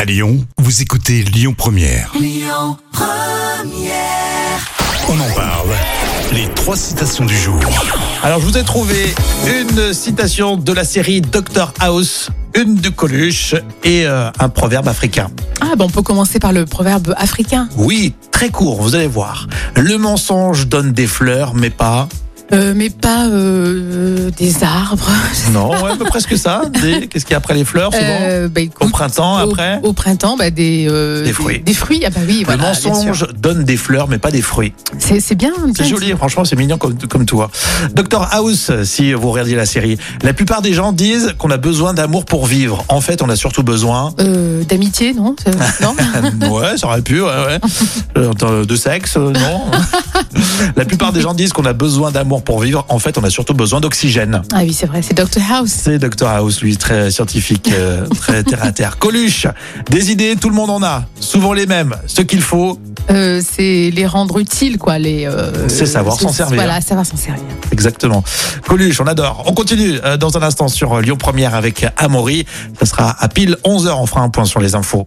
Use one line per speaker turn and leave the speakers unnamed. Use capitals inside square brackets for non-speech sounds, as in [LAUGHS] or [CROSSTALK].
À Lyon, vous écoutez Lyon Première. On en parle. Les trois citations du jour.
Alors, je vous ai trouvé une citation de la série Doctor House, une de Coluche et euh, un proverbe africain.
Ah, bon, on peut commencer par le proverbe africain.
Oui, très court, vous allez voir. Le mensonge donne des fleurs, mais pas.
Euh, mais pas euh, des arbres.
Non, ouais, à peu près que
[LAUGHS]
ça. Des- Qu'est-ce qu'il y a après les fleurs souvent
Euh, bah,
Au
écoute,
printemps,
au-
après
Au, printemps, bah, des, euh,
Des fruits.
Des, fruits, ah bah oui, voilà.
le
bien sûr.
mensonge donne des fleurs, mais pas des fruits.
C'est c'est bien.
C'est
bien
joli,
dit.
franchement, c'est mignon comme, comme tout. hein. Doctor House, si vous regardiez la série, la plupart des gens disent qu'on a besoin d'amour pour vivre. En fait, on a surtout besoin
Euh, D'amitié, non C'est-
Ah. [LAUGHS]
Non
ouais, ça aurait pu, ouais, ouais. Euh, De, de sexe, euh, non. La plupart des gens disent qu'on a besoin d'amour pour vivre. En fait, on a surtout besoin d'oxygène.
Ah oui, c'est vrai, c'est Dr House.
C'est Dr House, lui, très scientifique, euh, très terre à terre. Coluche, des idées, tout le monde en a. Souvent les mêmes. Ce qu'il faut,
Euh, c'est les rendre utiles, quoi. les. euh,
C'est savoir
c'est-
s'en servir.
Voilà, savoir s'en servir.
exactement. Coluche, on adore. On continue euh, dans un instant sur Lyon Première avec Amaury. Ça sera à pile 11h. On fera un point sur les infos.